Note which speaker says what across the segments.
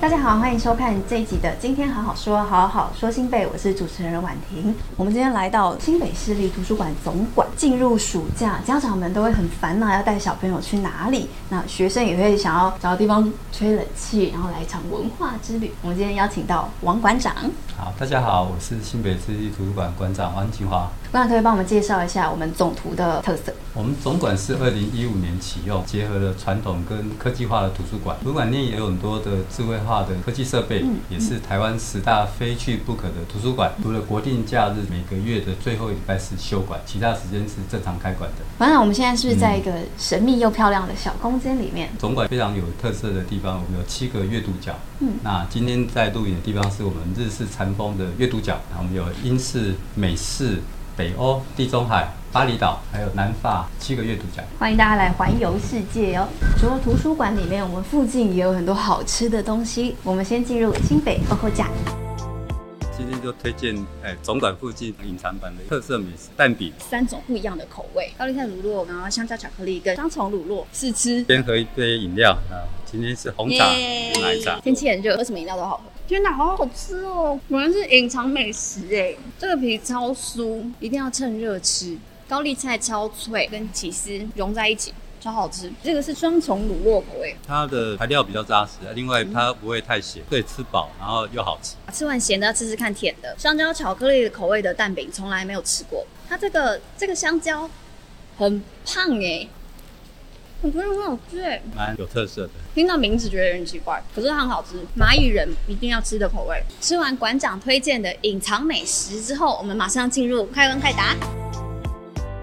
Speaker 1: 大家好，欢迎收看这一集的《今天好好说》，好好说新北，我是主持人婉婷。我们今天来到新北市立图书馆总馆，进入暑假，家长们都会很烦恼，要带小朋友去哪里？那学生也会想要找地方吹冷气，然后来一场文化之旅。我们今天邀请到王馆长，
Speaker 2: 好，大家好，我是新北市立图书馆馆长王吉华。
Speaker 1: 馆长可以帮我们介绍一下我们总图的特色。
Speaker 2: 我们总馆是二零一五年启用，结合了传统跟科技化的图书馆。图书馆内也有很多的智慧化的科技设备，也是台湾十大非去不可的图书馆。除了国定假日每个月的最后礼拜是休馆，其他时间是正常开馆的。
Speaker 1: 馆长，我们现在是不是在一个神秘又漂亮的小空间里面？
Speaker 2: 总馆非常有特色的地方，我们有七个阅读角。
Speaker 1: 嗯
Speaker 2: 那今天在录影的地方是我们日式禅风的阅读角，然后我们有英式、美式、北欧、地中海、巴厘岛，还有南法七个阅读角。
Speaker 1: 欢迎大家来环游世界哦！除了图书馆里面，我们附近也有很多好吃的东西。我们先进入新北厚厚架，
Speaker 2: 今天就推荐哎总馆附近隐藏版的特色美食蛋饼，
Speaker 3: 三种不一样的口味，高丽菜乳酪，然后香蕉巧克力跟双重乳酪试吃。
Speaker 2: 边喝一杯饮料啊。今天是红茶、
Speaker 3: 耶
Speaker 2: 奶茶，
Speaker 3: 天气很热，喝什么饮料都好喝。天哪，好好吃哦！果然是隐藏美食哎，这个皮超酥，一定要趁热吃。高丽菜超脆，跟起司融在一起，超好吃。这个是双重乳酪口味，
Speaker 2: 它的材料比较扎实，另外它不会太咸，对，吃饱然后又好吃。
Speaker 3: 吃完咸的要吃吃看甜的。香蕉巧克力口味的蛋饼从来没有吃过，它这个这个香蕉很胖哎，我觉得很好吃哎。
Speaker 2: 蛮有特色的。
Speaker 3: 听到名字觉得有点奇怪，可是它很好吃，蚂蚁人一定要吃的口味。吃完馆长推荐的隐藏美食之后，我们马上进入快问快答。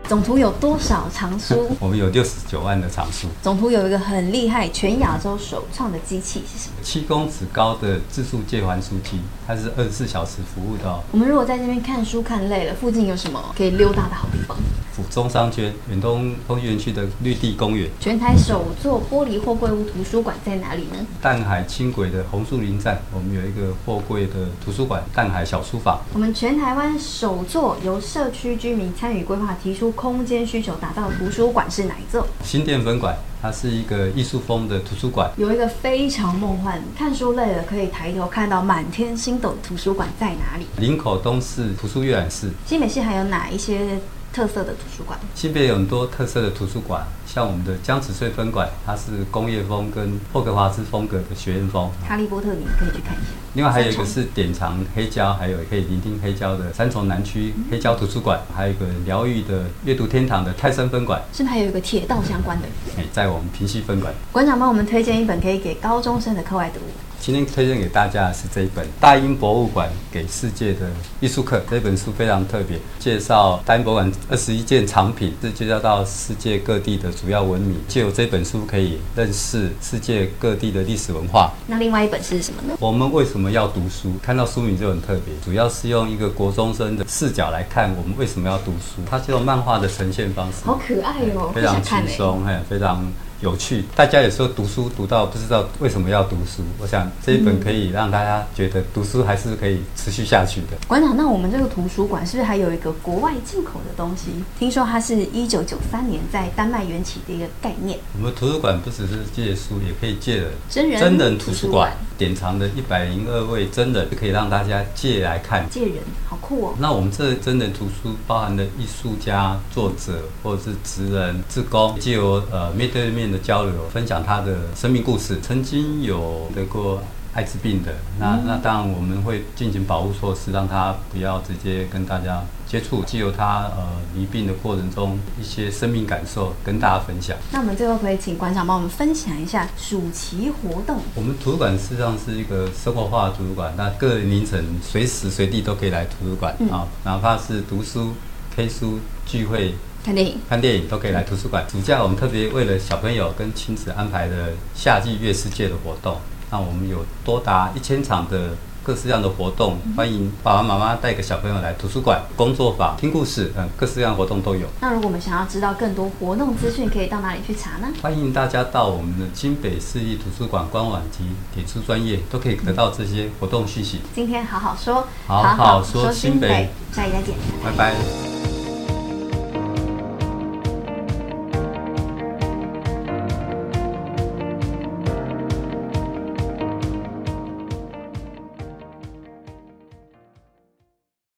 Speaker 1: 总图有多少藏书？
Speaker 2: 我们有六十九万的藏书，
Speaker 1: 总图有一个很厉害，全亚洲首创的机器是什么？
Speaker 2: 七公尺高的自助借还书机，它是二十四小时服务的哦。
Speaker 1: 我们如果在这边看书看累了，附近有什么可以溜达的好地方？
Speaker 2: 府中商圈、远东工业园区的绿地公园、
Speaker 1: 全台首座玻璃货柜屋图书馆在哪里呢？
Speaker 2: 淡海轻轨的红树林站，我们有一个货柜的图书馆——淡海小书房。
Speaker 1: 我们全台湾首座由社区居民参与规划、提出空间需求打造的图书馆是哪一座？
Speaker 2: 新店分馆，它是一个艺术风的图书馆。
Speaker 1: 有一个非常梦幻，看书累了可以抬头看到满天星斗的图书馆在哪里？
Speaker 2: 林口东市图书阅览室，
Speaker 1: 新北市还有哪一些特色的图书馆？
Speaker 2: 新北有很多特色的图书馆，像我们的江子翠分馆，它是工业风跟霍格华兹风格的学院风。
Speaker 1: 哈利波特你可以去看一下。
Speaker 2: 另外还有一个是典藏黑胶，还有可以聆听黑胶的三重南区黑胶图书馆，还有一个疗愈的阅读天堂的泰山分馆，
Speaker 1: 是不是还有一个铁道相关的？
Speaker 2: 哎，在我们平西分馆。
Speaker 1: 馆长帮我们推荐一本可以给高中生的课外读物。
Speaker 2: 今天推荐给大家的是这一本《大英博物馆给世界的艺术课》这本书非常特别，介绍大英博物馆二十一件藏品，是介绍到世界各地的主要文明。借由这本书可以认识世界各地的历史文化。
Speaker 1: 那另外一本是什么呢？
Speaker 2: 我们为什么要读书？看到书名就很特别，主要是用一个国中生的视角来看我们为什么要读书。它是用漫画的呈现方式，
Speaker 1: 好可爱哦、
Speaker 2: 非
Speaker 1: 会
Speaker 2: 常
Speaker 1: 想
Speaker 2: 轻
Speaker 1: 看哎、
Speaker 2: 松，哎，非常有趣。大家有时候读书读到不知道为什么要读书，我想这一本可以让大家觉得读书还是可以持续下去的。
Speaker 1: 馆长，那我们这个图书馆是不是还有一个国外进口的东西？听说它是一九九三年在丹麦缘起的一个概念。
Speaker 2: 我们图书馆不只是借书，也可以借人。
Speaker 1: 真人
Speaker 2: 真人图
Speaker 1: 图
Speaker 2: 书
Speaker 1: 书馆
Speaker 2: 馆典藏的一百零二位真人，可以让大家借来看。
Speaker 1: 借人，好酷哦、
Speaker 2: 那我们这真人图书包含了艺术家、作者或者是职人、志工，借由呃面对面的交流，分享他的生命故事。曾经有得过艾滋病的，那那当然我们会进行保护措施，让他不要直接跟大家接触，借由他呃离病的过程中一些生命感受跟大家分享。
Speaker 1: 那我们最后可以请馆长帮我们分享一下暑期活动。
Speaker 2: 我们图书馆事实上是一个生活化的图书馆，那个人凌晨随时随地都可以来图书馆啊、哪怕是读书、K 书、聚会。
Speaker 1: 看电影，
Speaker 2: 看电影都可以来图书馆。暑假我们特别为了小朋友跟亲子安排的夏季月世界的活动，那我们有多达一千场的各式各样的活动，欢迎爸爸妈妈带个小朋友来图书馆、工作坊、听故事，嗯，各式各样的活动都有。
Speaker 1: 那如果我们想要知道更多活动资讯，可以到哪里去查呢？
Speaker 2: 欢迎大家到我们的新北市立图书馆官网及点书专业，都可以得到这些活动讯息。
Speaker 1: 今天好好说，
Speaker 2: 好好说新北
Speaker 1: 下期再见。
Speaker 2: 拜拜。